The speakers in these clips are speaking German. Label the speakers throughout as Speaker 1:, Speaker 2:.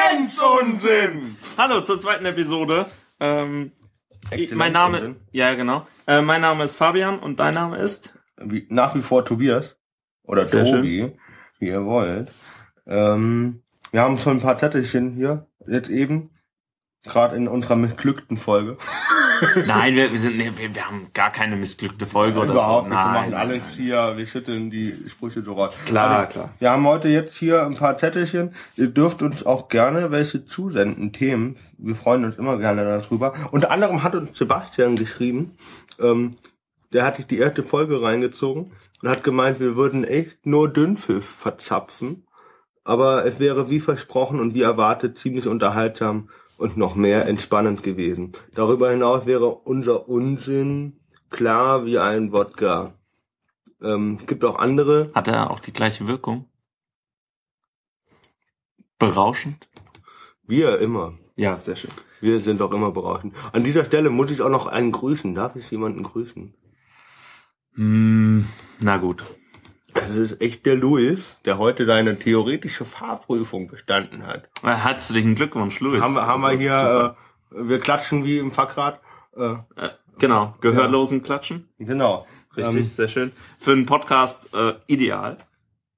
Speaker 1: Exzellenzunsinn!
Speaker 2: Hallo zur zweiten Episode. Ähm, ich- mein Name, ja genau. Äh, mein Name ist Fabian und dein Name ist.
Speaker 1: Wie, nach wie vor Tobias. Oder
Speaker 2: Sehr
Speaker 1: Tobi, wie ihr wollt. Ähm, wir haben schon ein paar Zettelchen hier, jetzt eben. Gerade in unserer missglückten Folge.
Speaker 2: Oh Nein, wir, wir sind, nee, wir, wir haben gar keine missglückte Folge oder
Speaker 1: Überhaupt
Speaker 2: so.
Speaker 1: nicht. Wir
Speaker 2: Nein,
Speaker 1: machen alles hier, wir schütteln die Sprüche so raus.
Speaker 2: Klar,
Speaker 1: Aber
Speaker 2: klar.
Speaker 1: Wir haben heute jetzt hier ein paar Zettelchen. Ihr dürft uns auch gerne welche zusenden, Themen. Wir freuen uns immer gerne darüber. Unter anderem hat uns Sebastian geschrieben, ähm, der hat sich die erste Folge reingezogen und hat gemeint, wir würden echt nur Dünnpfiff verzapfen. Aber es wäre wie versprochen und wie erwartet ziemlich unterhaltsam und noch mehr entspannend gewesen. Darüber hinaus wäre unser Unsinn klar wie ein Wodka. Ähm, gibt auch andere.
Speaker 2: Hat er auch die gleiche Wirkung? Berauschend?
Speaker 1: Wir immer.
Speaker 2: Ja, sehr schön.
Speaker 1: Wir sind auch immer berauschend. An dieser Stelle muss ich auch noch einen grüßen. Darf ich jemanden grüßen?
Speaker 2: Mm, na gut.
Speaker 1: Das ist echt der Luis, der heute seine theoretische Fahrprüfung bestanden hat.
Speaker 2: Äh, Herzlichen Glückwunsch, Louis.
Speaker 1: haben wir, haben wir
Speaker 2: Also, super.
Speaker 1: hier, äh, wir klatschen wie im Fackrad. Äh,
Speaker 2: genau, Gehörlosen klatschen.
Speaker 1: genau.
Speaker 2: Richtig,
Speaker 1: Ähm,
Speaker 2: sehr schön. Für einen Podcast äh, ideal.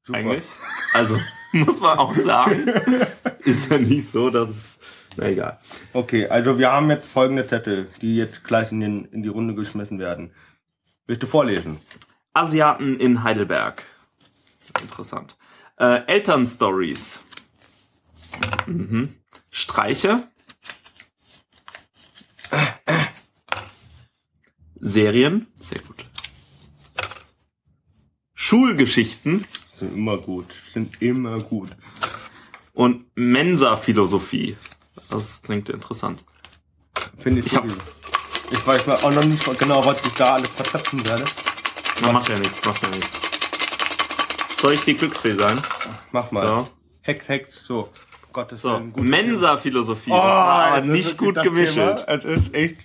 Speaker 1: super.
Speaker 2: eigentlich. Also, muss man auch sagen. Ist ja nicht so, dass es. Na egal.
Speaker 1: Okay, also wir haben jetzt folgende Zettel, die jetzt gleich in, den, in die Runde geschmissen werden. Willst du vorlesen?
Speaker 2: Asiaten in Heidelberg. Interessant. Äh, Elternstories. Mhm. Streiche. Serien. Sehr gut. Schulgeschichten
Speaker 1: Sind immer gut. Sind immer gut.
Speaker 2: und Mensa-Philosophie. Das klingt interessant.
Speaker 1: Finde ich,
Speaker 2: Ich hab-
Speaker 1: sowieso. ich weiß mal auch noch nicht genau, was ich da alles verzapfen werde.
Speaker 2: Na, macht ja nichts, macht ja nichts. Soll ich die Glücksfee sein?
Speaker 1: Mach mal.
Speaker 2: So.
Speaker 1: Hex, Hex, so. Gottes
Speaker 2: So,
Speaker 1: Willen. gutes
Speaker 2: Mensa-Philosophie,
Speaker 1: Thema.
Speaker 2: das war aber
Speaker 1: Oh, das
Speaker 2: nicht
Speaker 1: ist
Speaker 2: gut
Speaker 1: das
Speaker 2: gemischt.
Speaker 1: Thema. Es ist echt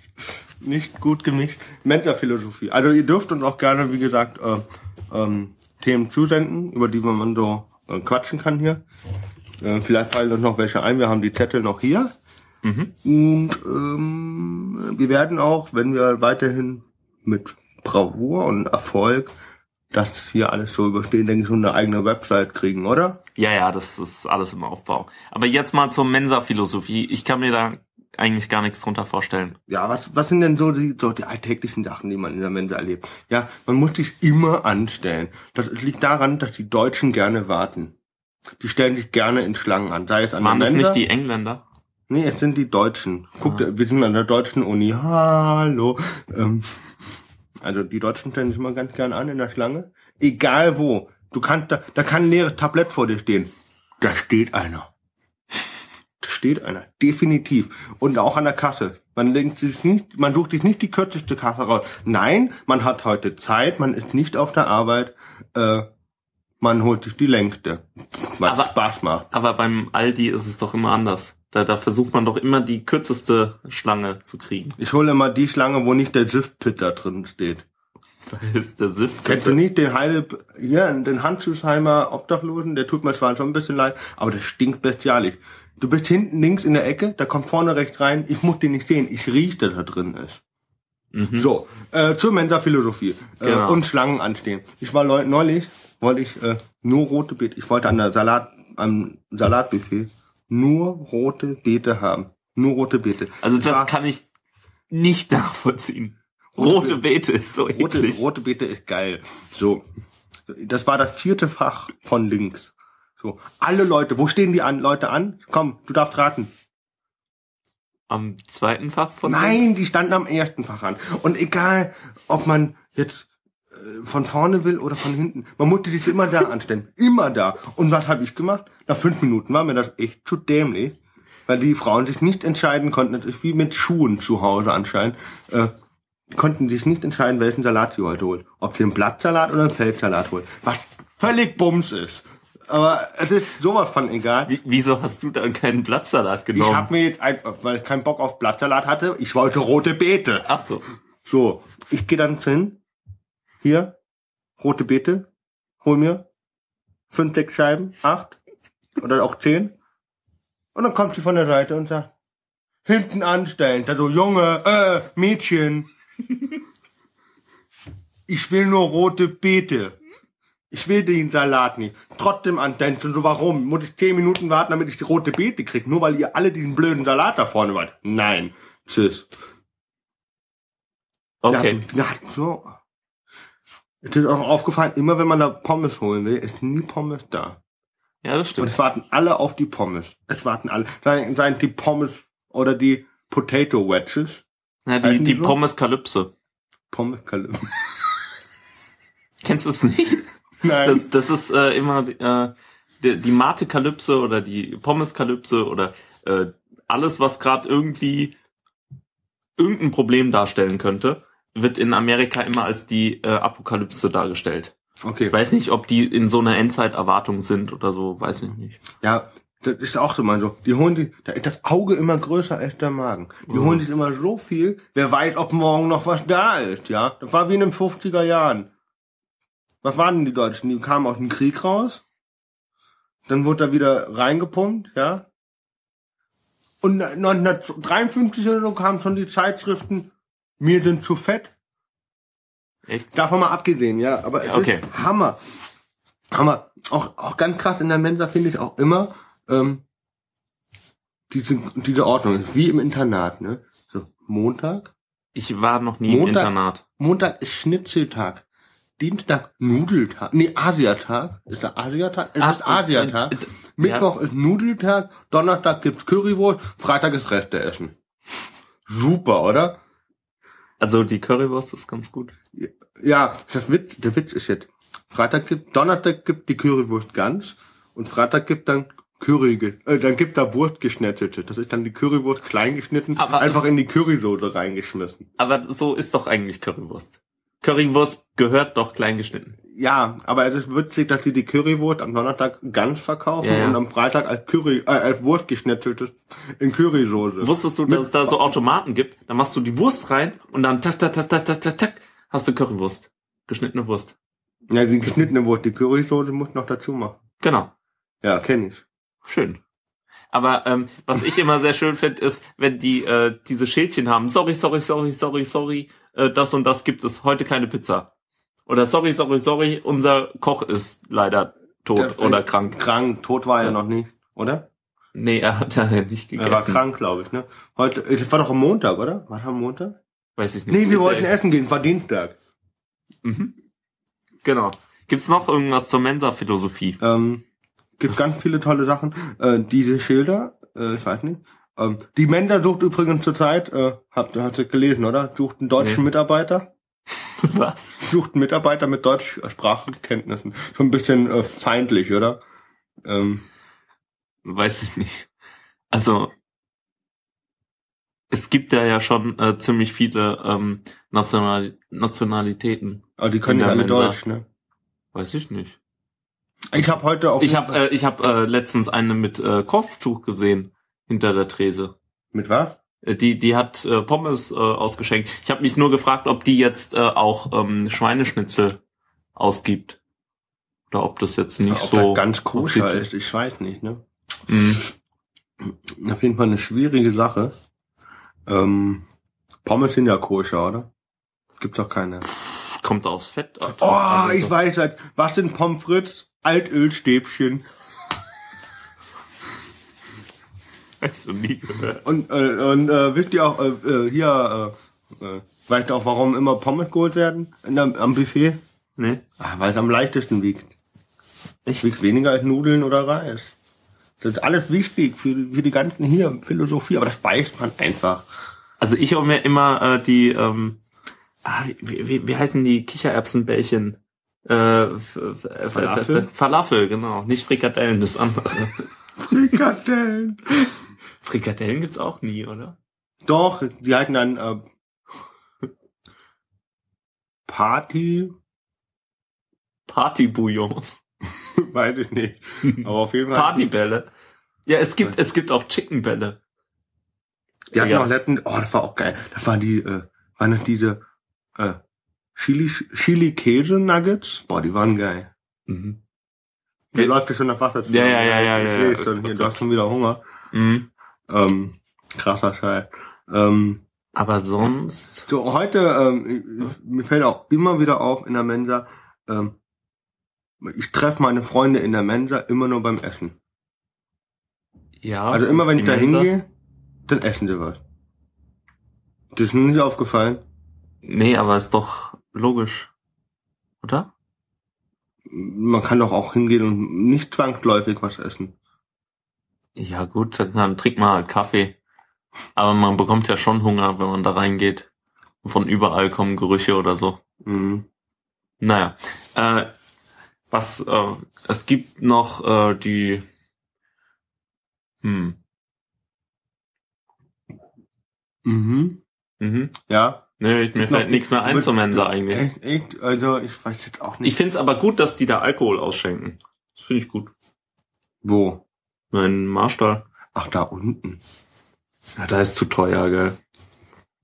Speaker 1: nicht gut gemischt. Mensa-Philosophie. Also ihr dürft uns auch gerne, wie gesagt, äh, ähm, Themen zusenden, über die man so äh, quatschen kann hier. Äh, vielleicht fallen uns noch welche ein. Wir haben die Zettel noch hier. Und ähm, wir werden auch, wenn wir weiterhin mit Bravour und Erfolg das hier alles so überstehen, denke ich, schon eine eigene Website kriegen, oder?
Speaker 2: Ja, ja, das ist alles im Aufbau. Aber jetzt mal zur Mensa-Philosophie. Ich kann mir da eigentlich gar nichts drunter vorstellen.
Speaker 1: Ja, was, was sind denn so die, so die alltäglichen Sachen, die man in der Mensa erlebt? Ja, man muss sich immer anstellen. Das liegt daran, dass die Deutschen gerne warten. Die stellen sich gerne in Schlangen an. Sei es an
Speaker 2: Waren
Speaker 1: der
Speaker 2: das
Speaker 1: Mensa.
Speaker 2: nicht die Engländer?
Speaker 1: Nee, es sind die Deutschen. Guck, wir sind an der deutschen Uni. Hallo. Ähm, also die Deutschen stellen sich immer ganz gern an in der Schlange. Egal wo. Du kannst da, da kann ein leeres Tablett vor dir stehen. Da steht einer. Da steht einer. Definitiv. Und auch an der Kasse. Man denkt sich nicht, man sucht sich nicht die kürzeste Kasse raus. Nein, man hat heute Zeit, man ist nicht auf der Arbeit, äh, man holt sich die längste. Was
Speaker 2: Aber-
Speaker 1: Spaß macht.
Speaker 2: Aber beim Aldi ist es doch immer anders. Da, da versucht man doch immer die kürzeste Schlange zu kriegen.
Speaker 1: Ich hole immer die Schlange, wo nicht der Gift-Pitter drin steht.
Speaker 2: Da ist der Siff.
Speaker 1: Kennst du nicht den Heide, ja, den Handschussheimer Obdachlosen? Der tut mir zwar schon ein bisschen leid, aber der stinkt bestialisch. Du bist hinten links in der Ecke, da kommt vorne rechts rein. Ich muss den nicht sehen. Ich riech, dass er drin ist.
Speaker 2: Mhm.
Speaker 1: So, äh, zur Mensa-Philosophie äh,
Speaker 2: Hm. Genau.
Speaker 1: und Schlangen anstehen. Ich war leu- neulich, wollte ich äh, nur rote Beete. Ich wollte an der Salat, am Salatbuffet nur rote Beete haben. Nur rote Beete.
Speaker 2: Also
Speaker 1: Ich war-
Speaker 2: das kann ich nicht nachvollziehen. Rote
Speaker 1: Rote-
Speaker 2: Beete ist so
Speaker 1: Rote,
Speaker 2: eklig.
Speaker 1: rote Beete ist geil. So. Das war das vierte Fach von links. So. Alle Leute, wo stehen die an, Leute an? Komm, du darfst raten.
Speaker 2: Am zweiten Fach von
Speaker 1: Nein,
Speaker 2: links?
Speaker 1: die standen am ersten Fach an. Und egal, ob man jetzt äh, von vorne will oder von hinten. Man musste sich immer da anstellen. Immer da. Und was habe ich gemacht? Nach fünf Minuten war mir das echt zu dämlich. Weil die Frauen sich nicht entscheiden konnten. Das ist wie mit Schuhen zu Hause anscheinend. Äh, die konnten sich nicht entscheiden, welchen Salat sie heute holen. Ob sie einen Blattsalat oder einen Feldsalat holen. Was völlig Bums ist. Aber es ist sowas von egal.
Speaker 2: Wie- Wieso hast du dann keinen Blattsalat genommen?
Speaker 1: Ich habe mir jetzt einfach, weil ich keinen Bock auf Blattsalat hatte, ich wollte rote Beete.
Speaker 2: Ach so.
Speaker 1: So, ich gehe dann hin, hier, rote Beete, hol mir fünf, sechs Scheiben, acht oder auch zehn, Und dann kommt sie von der Seite und sagt, hinten anstellen. Da so, Junge, äh, Mädchen. Ich will nur rote Beete. Ich will den Salat nicht. Trotzdem anstellen. Und so, warum? Muss ich zehn Minuten warten, damit ich die rote Beete krieg? Nur weil ihr alle diesen blöden Salat da vorne wart. Nein. Tschüss.
Speaker 3: Okay.
Speaker 1: Ja, ja, so. Es ist auch aufgefallen, immer wenn man da Pommes holen will, ist nie Pommes da.
Speaker 2: Ja, das
Speaker 1: Und
Speaker 2: stimmt.
Speaker 1: es warten alle auf die Pommes. Es warten alle. Seien, seien die Pommes oder die Potato Wedges.
Speaker 2: Ja, die
Speaker 1: Halten
Speaker 2: die
Speaker 1: die so?
Speaker 2: Pommes Kalypse.
Speaker 1: Pommes Kalim.
Speaker 2: Kennst du es nicht?
Speaker 1: Nein.
Speaker 2: Das, das ist äh, immer äh, die, die Mate Kalypse oder die Pommes Kalypse oder äh, alles, was gerade irgendwie irgendein Problem darstellen könnte, wird in Amerika immer als die äh, Apokalypse dargestellt.
Speaker 1: okay.
Speaker 2: Ich weiß nicht, ob die in so einer Endzeiterwartung sind oder so, weiß ich nicht.
Speaker 1: Ja, das ist auch so mal so. Die holen sich, da ist das Auge immer größer als der Magen. Die
Speaker 2: Mhm.
Speaker 1: holen sich immer so viel, wer weiß, ob morgen noch was da ist, ja. Das war wie in den 50er Jahren. Was waren denn die Deutschen? Die kamen aus dem Krieg raus. Dann wurde da wieder reingepumpt, ja. Und 1953 oder so kamen schon die Zeitschriften, mir sind zu fett.
Speaker 2: Echt?
Speaker 1: Davon mal abgesehen, ja. Aber es
Speaker 2: Ja, okay.
Speaker 1: ist Hammer. Hammer. Auch, auch ganz krass in der Mensa finde ich auch immer, ähm, diese, diese Ordnung ist wie im Internat, ne? So, Montag.
Speaker 2: Ich war noch nie im
Speaker 1: Montag-
Speaker 2: Internat.
Speaker 1: Montag ist Schnitzeltag. Dienstag Nudeltag. Nee, Asiatag. Ist der Asiatag? Es
Speaker 2: Ah,
Speaker 1: ist Asiatag.
Speaker 2: äh, äh,
Speaker 1: Mittwoch ist Nudeltag. Donnerstag gibt's Currywurst. Freitag ist Resteessen. Super, oder?
Speaker 2: Also die Currywurst ist ganz gut.
Speaker 1: Ja, das Witz, der Witz ist jetzt. Freitag gibt, Donnerstag gibt die Currywurst ganz und Freitag gibt dann Curry, ge- äh, dann gibt da Wurst geschnetzelte. Das ist dann die Currywurst klein geschnitten,
Speaker 2: Aber
Speaker 1: einfach
Speaker 2: es-
Speaker 1: in die Currysoße reingeschmissen.
Speaker 2: Aber so ist doch eigentlich Currywurst. Currywurst gehört doch klein geschnitten.
Speaker 1: Ja, aber es ist witzig, dass die die Currywurst am Donnerstag ganz verkaufen
Speaker 2: Ja, ja.
Speaker 1: und am Freitag als Curry, äh, als Wurst geschnetzeltes in Currysoße.
Speaker 2: Wusstest du, dass es da so Automaten gibt? Da machst du die Wurst rein und dann tak, tak, tak, tak, tak, tak, tak, hast du Currywurst. Geschnittene Wurst.
Speaker 1: Ja, die geschnittene Wurst, die Currysoße muss noch dazu machen.
Speaker 2: Genau.
Speaker 1: Ja, kenn ich.
Speaker 2: Schön. Aber ähm, was ich immer sehr schön finde, ist, wenn die äh, diese Schildchen haben, sorry, sorry, sorry, sorry, sorry, äh, das und das gibt es, heute keine Pizza. Oder sorry, sorry, sorry, unser Koch ist leider tot
Speaker 1: Der-
Speaker 2: oder krank.
Speaker 1: Krank, tot war er
Speaker 2: Ja.
Speaker 1: noch nie, oder?
Speaker 2: Nee, er hat ja nicht gegessen.
Speaker 1: Er war krank, glaube ich, ne? Heute, das war doch am Montag, oder? War das am Montag?
Speaker 2: Weiß ich nicht.
Speaker 1: Nee, wir
Speaker 2: Ist
Speaker 1: wollten
Speaker 2: er-
Speaker 1: essen gehen, war Dienstag.
Speaker 2: Mhm. Genau. Gibt's noch irgendwas zur Mensa-Philosophie?
Speaker 1: Ähm, gibt
Speaker 2: Was?
Speaker 1: ganz viele tolle Sachen. Äh, diese Schilder, äh, ich weiß nicht. Ähm, die Mensa sucht übrigens zurzeit, äh, habt ihr es gelesen, oder? Sucht einen deutschen
Speaker 2: Nee.
Speaker 1: Mitarbeiter.
Speaker 2: Was?
Speaker 1: Sucht einen Mitarbeiter mit Deutschsprachenkenntnissen. So ein bisschen äh, feindlich, oder? Ähm,
Speaker 2: Weiß ich nicht. Also, es gibt ja ja schon äh, ziemlich viele ähm, National Nationalitäten.
Speaker 1: aber die können
Speaker 2: In
Speaker 1: ja
Speaker 2: der
Speaker 1: alle
Speaker 2: Mensa.
Speaker 1: Deutsch, ne?
Speaker 2: Weiß ich nicht.
Speaker 1: Ich habe heute auf
Speaker 2: Ich habe äh, ich hab, äh, letztens eine mit äh, Kopftuch gesehen hinter der Trese.
Speaker 1: mit was?
Speaker 2: Äh, Die, die hat äh, Pommes äh, ausgeschenkt. Ich habe mich nur gefragt, ob die jetzt äh, auch ähm, Schweineschnitzel ausgibt. Oder ob das jetzt nicht
Speaker 1: Ob
Speaker 2: so...
Speaker 1: das ganz koscher
Speaker 2: offensichtlich-
Speaker 1: ist, ich weiß nicht, ne?
Speaker 2: Mhm.
Speaker 1: Auf jeden Fall eine schwierige Sache. Ähm, Pommes sind ja koscher, oder? Gibt's auch keine.
Speaker 2: Kommt aus Fett.
Speaker 1: Oh, ich weiß das. Was sind Pommes frites? Altölstäbchen.
Speaker 2: weiß. noch nie gehört.
Speaker 1: Und, äh, und äh, wisst ihr auch, äh, äh, hier, äh, äh, weißt ihr auch, warum immer Pommes geholt werden in der, am Buffet?
Speaker 2: Nee.
Speaker 1: Ah, Weil es am leichtesten wiegt. Echt? Wiegt weniger als Nudeln oder Reis. Das ist alles wichtig für, für die ganzen hier Philosophie, aber das weiß man einfach.
Speaker 2: Also ich hole mir immer äh, die, ähm, ah, wie, wie, wie heißen die Kichererbsenbällchen? Äh, f- f- f-
Speaker 1: Falafel?
Speaker 2: f- Falafel, genau. Nicht Frikadellen, das andere.
Speaker 1: Frikadellen.
Speaker 2: Frikadellen gibt's auch nie, oder?
Speaker 1: Doch, die hatten dann äh, Party,
Speaker 2: Partybouillons.
Speaker 1: weiß ich nicht. Aber auf jeden Fall.
Speaker 2: Partybälle. Ja, es gibt, es gibt auch Chickenbälle.
Speaker 1: Die hatten
Speaker 2: Ja.
Speaker 1: auch letztens, oh, das war auch geil. Das waren die, äh, waren das diese äh, Chili, Chili Käse Nuggets. Boah, die waren geil.
Speaker 2: Mhm.
Speaker 1: Mir
Speaker 2: Ja.
Speaker 1: läuft ja schon das Wasser zu.
Speaker 2: Ja, ja, ja, ja,
Speaker 1: Ich
Speaker 2: ja,
Speaker 1: sehe
Speaker 2: ja.
Speaker 1: schon hier, du hast schon wieder Hunger.
Speaker 2: Mhm.
Speaker 1: Ähm, krasser Scheiß. Ähm,
Speaker 2: Aber sonst.
Speaker 1: so, heute, ähm, ich- mir fällt auch immer wieder auf in der Mensa, ähm, ich treffe meine Freunde in der Mensa immer nur beim Essen.
Speaker 2: Ja.
Speaker 1: Also immer
Speaker 2: Ah, ist
Speaker 1: wenn
Speaker 2: die
Speaker 1: ich da
Speaker 2: Mensa-
Speaker 1: hingehe, dann essen sie was. Das ist mir nicht aufgefallen.
Speaker 2: Nee, aber ist doch logisch. Oder?
Speaker 1: Man kann doch auch hingehen und nicht zwangsläufig was essen.
Speaker 2: Ja, gut, dann- dann trinkt man halt Kaffee. Aber man bekommt ja schon Hunger, wenn man da reingeht. Von überall kommen Gerüche oder so.
Speaker 1: Mhm.
Speaker 2: Naja. Äh, was, äh, es gibt noch äh, die. Hm.
Speaker 1: Mhm.
Speaker 2: Mhm.
Speaker 1: Ja,
Speaker 2: Nee, ich, mir
Speaker 1: Gibt noch-
Speaker 2: fällt nichts mehr ein
Speaker 1: Wird-
Speaker 2: zur Mensa eigentlich.
Speaker 1: Echt, echt, also ich weiß jetzt auch
Speaker 2: Ich
Speaker 1: nicht.
Speaker 2: find's aber gut, dass die da Alkohol ausschenken. Das finde ich gut.
Speaker 1: Wo?
Speaker 2: Nein, Marstall.
Speaker 1: Ach, da unten.
Speaker 2: Ja, da ist zu teuer, gell.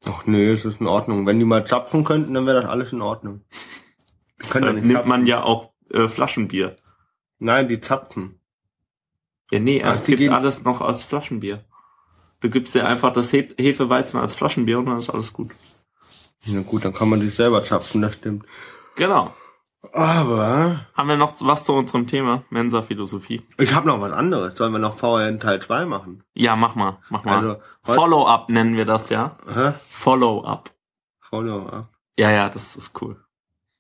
Speaker 1: Ach nee, es ist in Ordnung. Wenn die mal zapfen könnten, dann wäre das alles in Ordnung. Die können
Speaker 2: Deshalb
Speaker 1: doch nicht
Speaker 2: nimmt man
Speaker 1: zapfen.
Speaker 2: ja auch äh, Flaschenbier.
Speaker 1: Nein, die zapfen.
Speaker 2: Ja, nee,
Speaker 1: Ach,
Speaker 2: es
Speaker 1: die
Speaker 2: gibt
Speaker 1: geben-
Speaker 2: alles noch als Flaschenbier. Du gibst dir einfach das He Hefeweizen als Flaschenbier und dann ist alles gut.
Speaker 1: Na gut, dann kann man sich selber zapfen, das stimmt.
Speaker 2: Genau.
Speaker 1: Aber
Speaker 2: Haben wir noch was zu unserem Thema? Mensa-Philosophie.
Speaker 1: ich habe noch was anderes. Sollen wir noch VRN Teil 2 machen?
Speaker 2: Ja, mach mal, mach mal.
Speaker 1: Also, heut-
Speaker 2: Follow-up nennen wir das, ja?
Speaker 1: Hä?
Speaker 2: Follow-up.
Speaker 1: Follow-up.
Speaker 2: Ja, ja, das ist cool.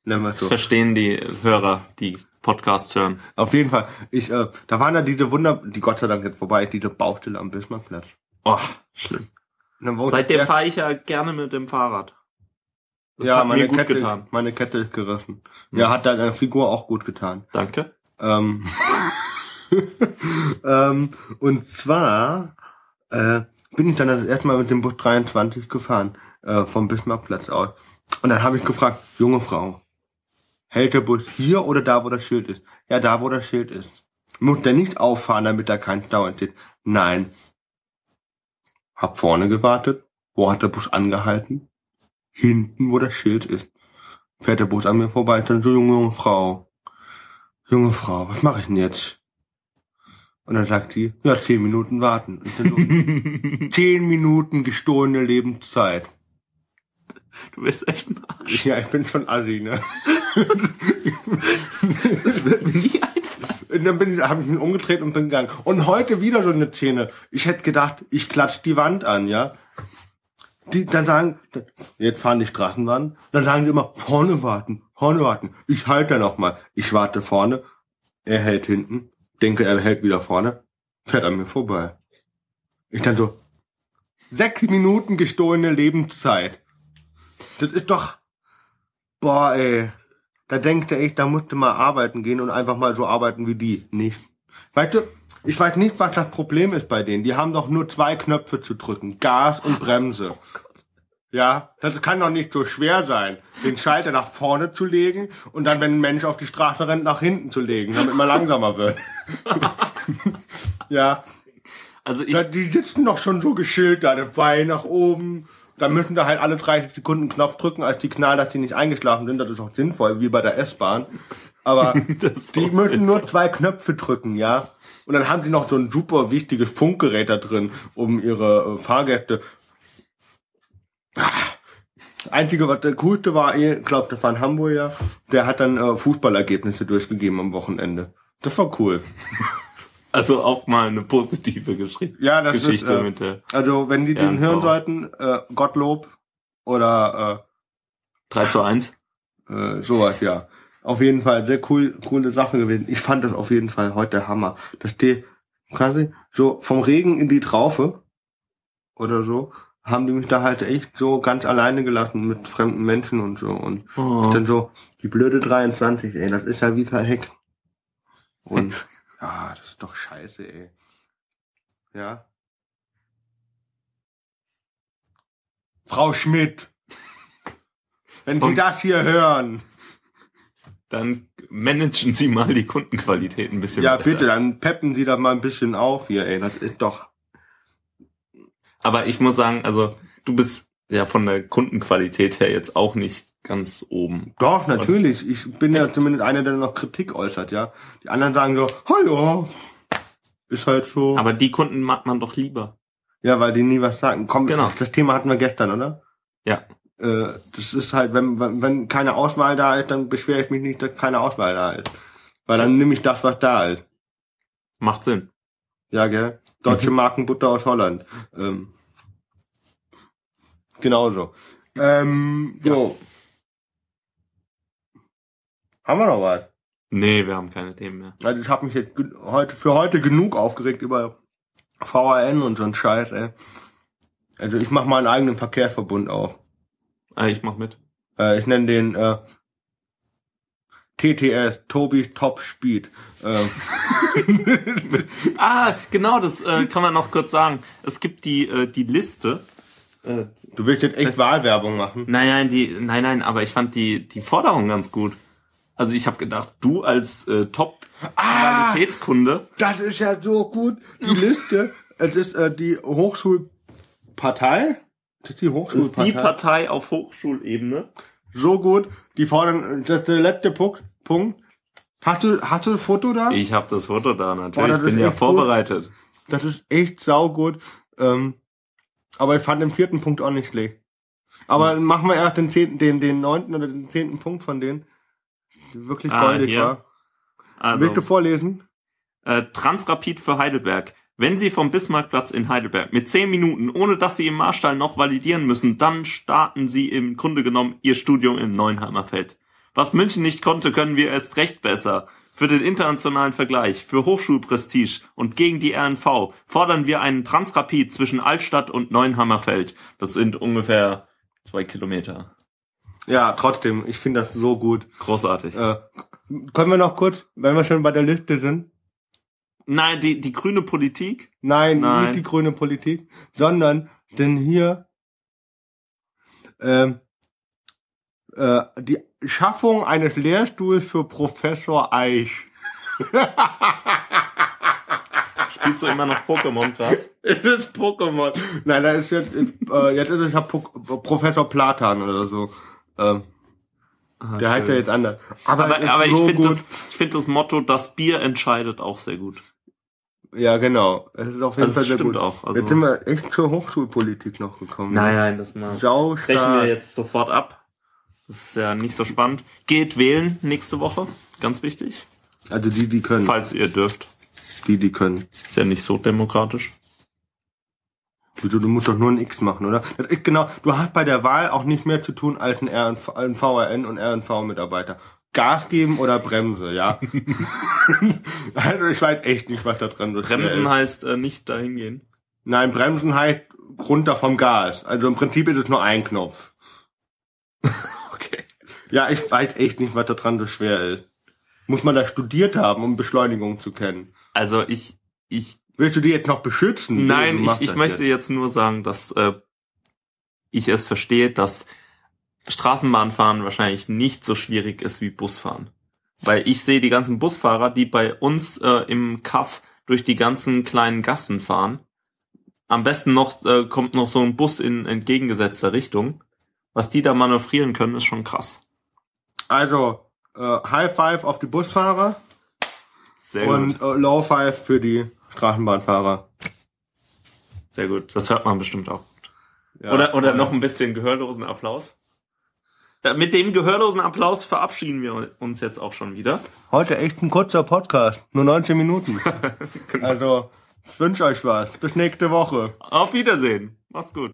Speaker 1: Nennen wir
Speaker 2: Das
Speaker 1: so.
Speaker 2: verstehen die Hörer, die Podcasts hören.
Speaker 1: Auf jeden Fall. Ich, äh, da waren ja diese Wunder, die Gott sei Dank jetzt vorbei, diese Baustelle am Bismarckplatz.
Speaker 2: Oh, schlimm.
Speaker 1: Und dann war-
Speaker 2: Seitdem fahre ich ja gerne mit dem Fahrrad. Das
Speaker 1: ja,
Speaker 2: hat
Speaker 1: meine
Speaker 2: mir gut
Speaker 1: Kette,
Speaker 2: getan.
Speaker 1: Meine Kette ist gerissen.
Speaker 2: Mhm.
Speaker 1: Ja, hat deine Figur auch gut getan.
Speaker 2: Danke.
Speaker 1: Ähm, ähm, und zwar äh, bin ich dann das erste Mal mit dem Bus 23 gefahren, äh, vom Bismarckplatz aus. Und dann habe ich gefragt, junge Frau, hält der Bus hier oder da, wo das Schild ist? Ja, da, wo das Schild ist. Muss der nicht auffahren, damit da kein Stau entsteht? Nein. Hab vorne gewartet. Wo hat der Bus angehalten? Hinten, wo das Schild ist. Fährt der Bus an mir vorbei, dann so junge, junge Frau. Junge Frau, was mache ich denn jetzt? Und dann sagt die, ja, zehn Minuten warten. Und dann so, zehn Minuten gestohlene Lebenszeit.
Speaker 2: Du bist echt ein Arsch.
Speaker 1: Ja, ich bin schon assi, ne?
Speaker 2: Das wird mir nie einfallen.
Speaker 1: Und dann bin ich, habe ich mich umgedreht und bin gegangen. Und heute wieder so eine Szene. Ich hätte gedacht, ich klatsch die Wand an, ja. Die, dann sagen, jetzt fahren die Straßenbahnen, dann sagen die immer, vorne warten, vorne warten. Ich halte noch mal. Ich warte vorne, er hält hinten, denke, er hält wieder vorne, fährt an mir vorbei. Ich dann so, sechs Minuten gestohlene Lebenszeit. Das ist doch, boah, ey. Da denkte ich, da musste mal arbeiten gehen und einfach mal so arbeiten wie die. Nicht. Weißt du, ich weiß nicht, was das Problem ist bei denen. Die haben doch nur zwei Knöpfe zu drücken. Gas und Bremse. Ja, das kann doch nicht so schwer sein, den Schalter nach vorne zu legen und dann, wenn ein Mensch auf die Straße rennt, nach hinten zu legen, damit man langsamer wird. ja,
Speaker 2: Also ich,
Speaker 1: ja, die sitzen doch schon so geschillt da, der Bein nach oben. Da müssen da halt alle 30 Sekunden einen Knopf drücken als Signal, dass die nicht eingeschlafen sind. Das ist auch sinnvoll, wie bei der S-Bahn. Aber
Speaker 2: Das
Speaker 1: die
Speaker 2: ist
Speaker 1: müssen nur zwei Knöpfe drücken, ja. Und dann haben die noch so ein super wichtiges Funkgerät da drin, um ihre äh, Fahrgäste. Ah. Einzige, was der coolste war, eh, ich glaube, das war ein Hamburger, der hat dann äh, Fußballergebnisse durchgegeben am Wochenende. Das war cool.
Speaker 2: also auch mal eine positive Geschri
Speaker 1: Ja, das
Speaker 2: Geschichte
Speaker 1: ist, äh,
Speaker 2: mit der
Speaker 1: Also, wenn die den
Speaker 2: RNV.
Speaker 1: hören sollten, äh, Gottlob oder
Speaker 2: 3 zu 1.
Speaker 1: äh, äh, sowas, ja. Auf jeden Fall sehr cool, coole Sache gewesen. Ich fand das auf jeden Fall heute Hammer. Da steht quasi so vom Regen in die Traufe oder so, haben die mich da halt echt so ganz alleine gelassen mit fremden Menschen und so. Und
Speaker 2: Oh.
Speaker 1: dann so, die blöde 23, ey, das ist ja wie verheckt. Und ja, Ah, das ist doch scheiße, ey. Ja. Frau Schmidt, wenn Sie
Speaker 2: Vom-
Speaker 1: das hier hören,
Speaker 2: Dann managen Sie mal die Kundenqualität ein bisschen
Speaker 1: ja
Speaker 2: besser.
Speaker 1: bitte, dann peppen Sie da mal ein bisschen auf hier, ey. Das ist doch.
Speaker 2: Aber ich muss sagen, also du bist ja von der Kundenqualität her jetzt auch nicht ganz oben.
Speaker 1: Doch, natürlich. Ich bin ja zumindest einer, der noch Kritik äußert, ja. Die anderen sagen so, hallo. Ist halt so.
Speaker 2: Aber die Kunden mag man doch lieber.
Speaker 1: ja, weil die nie was sagen. Komm,
Speaker 2: Genau.
Speaker 1: das Thema hatten wir gestern, oder?
Speaker 2: Ja.
Speaker 1: Äh, das ist halt, wenn, wenn, wenn keine Auswahl da ist, dann beschwere ich mich nicht, dass keine Auswahl da ist. Weil dann nehme ich das, was da ist.
Speaker 2: Macht Sinn.
Speaker 1: Ja, gell? Deutsche
Speaker 2: Mhm.
Speaker 1: Markenbutter aus Holland. Ähm, genauso. Ähm, so. Haben wir noch was?
Speaker 2: Nee, wir haben keine Themen mehr.
Speaker 1: Also ich habe mich jetzt gen- heute für heute genug aufgeregt über VRN und so ein Scheiß, ey. Also ich mache meinen eigenen Verkehrsverbund auf.
Speaker 2: Äh, ich mach mit.
Speaker 1: Äh, ich nenne den äh, TTS, Tobi Top Speed. Ähm,
Speaker 2: Ah, genau, das äh, kann man noch kurz sagen. Es gibt die, äh, die Liste. Äh,
Speaker 1: du willst jetzt echt Wahlwerbung machen?
Speaker 2: nein, nein, die, nein, nein, aber ich fand die, die Forderung ganz gut. Also ich habe gedacht, du als äh, Top-Qualitätskunde,
Speaker 1: Das ist ja so gut. Die Liste, es ist äh, die Hochschulpartei. Das ist die
Speaker 2: ist die
Speaker 1: Hochschulpartei.
Speaker 2: Partei auf Hochschulebene.
Speaker 1: so gut. Die fordern, äh, das ist der letzte Punkt. Punkt. Hast du, hast du ein Foto da?
Speaker 2: Ich habe das Foto da
Speaker 1: Boah,
Speaker 2: natürlich,
Speaker 1: das
Speaker 2: ich bin
Speaker 1: ist
Speaker 2: ja
Speaker 1: echt gut.
Speaker 2: vorbereitet.
Speaker 1: Das ist echt saugut. Ähm, aber ich fand den vierten Punkt auch nicht schlecht. Aber machen wir erst den zehnten, den, den neunten oder den zehnten Punkt von denen. die Wirklich
Speaker 2: Ah,
Speaker 1: goldig
Speaker 2: hier.
Speaker 1: war. Willst du
Speaker 2: Also,
Speaker 1: vorlesen?
Speaker 2: äh, Transrapid für Heidelberg. Wenn Sie vom Bismarckplatz in Heidelberg mit 10 Minuten, ohne dass Sie im Marstall noch validieren müssen, dann starten Sie im Grunde genommen Ihr Studium im Neuenheimer Feld. Was München nicht konnte, können wir erst recht besser. Für den internationalen Vergleich, für Hochschulprestige und gegen die RNV fordern wir einen Transrapid zwischen Altstadt und Neuenheimer Feld. Das sind ungefähr zwei Kilometer.
Speaker 1: Ja, trotzdem. Ich finde das so gut.
Speaker 2: Großartig.
Speaker 1: Äh, können wir noch kurz, wenn wir schon bei der Liste sind?
Speaker 2: Nein, die, die grüne Politik
Speaker 1: Nein,
Speaker 2: Nein.
Speaker 1: nicht die grüne Politik, sondern denn hier ähm, äh, die Schaffung eines Lehrstuhls für Professor Eich.
Speaker 2: Spielst du immer noch Pokémon gerade?
Speaker 1: Es ist Pokémon. Nein, da ist jetzt, äh, jetzt ist es ja Po- Professor Platan oder so. Ähm, der heißt ja jetzt anders.
Speaker 2: Aber,
Speaker 1: es ist
Speaker 2: aber ich
Speaker 1: so
Speaker 2: finde
Speaker 1: gut.
Speaker 2: das, ich find das Motto, das Bier entscheidet auch sehr gut.
Speaker 1: Ja, genau. Es ist auf
Speaker 2: Also
Speaker 1: jeden Fall
Speaker 2: das
Speaker 1: sehr
Speaker 2: stimmt
Speaker 1: gut.
Speaker 2: auch. Also,
Speaker 1: Jetzt sind wir echt zur Hochschulpolitik noch gekommen.
Speaker 2: nein, nein, das mal.
Speaker 1: Sau
Speaker 2: Brechen wir
Speaker 1: stark.
Speaker 2: jetzt sofort ab. Das ist ja nicht so spannend. Geht wählen nächste Woche. Ganz wichtig.
Speaker 1: Also die, die können.
Speaker 2: Falls ihr dürft.
Speaker 1: Die, die können.
Speaker 2: Ist ja nicht so demokratisch.
Speaker 1: Wieso, du musst doch nur ein X machen, oder? Das ist genau, du hast bei der Wahl auch nicht mehr zu tun als ein, RNV, ein VRN und RNV-Mitarbeiter. Gas geben oder Bremse, ja? also ich weiß echt nicht, was da dran so
Speaker 2: Bremsen
Speaker 1: schnell-
Speaker 2: heißt äh, nicht dahin gehen.
Speaker 1: Nein, Bremsen heißt runter vom Gas. Also im Prinzip ist es nur ein Knopf.
Speaker 2: Okay.
Speaker 1: Ja, ich weiß echt nicht, was da dran so schwer ist. Muss man da studiert haben, um Beschleunigung zu kennen.
Speaker 2: Also ich, ich
Speaker 1: Willst du die jetzt noch beschützen?
Speaker 2: Nein,
Speaker 1: Du
Speaker 2: ich,
Speaker 1: machst
Speaker 2: ich
Speaker 1: das
Speaker 2: möchte
Speaker 1: jetzt.
Speaker 2: jetzt nur sagen, dass äh, ich es verstehe, dass Straßenbahnfahren wahrscheinlich nicht so schwierig ist wie Busfahren. Weil ich sehe die ganzen Busfahrer, die bei uns äh, im Kaff durch die ganzen kleinen Gassen fahren. Am besten noch äh, kommt noch so ein Bus in entgegengesetzter Richtung. Was die da manövrieren können, ist schon krass.
Speaker 1: Also, äh, High Five auf die Busfahrer
Speaker 2: Sehr
Speaker 1: und äh, Low Five für die Straßenbahnfahrer.
Speaker 2: Sehr gut. Das hört man bestimmt auch.
Speaker 1: Ja.
Speaker 2: oder oder noch ein bisschen gehörlosen Applaus. Da, mit dem gehörlosen Applaus verabschieden wir uns jetzt auch schon wieder.
Speaker 1: Heute echt ein kurzer Podcast. Nur 19 Minuten.
Speaker 2: Genau.
Speaker 1: Also, ich wünsche euch was. Bis nächste Woche.
Speaker 2: Auf Wiedersehen. Macht's gut.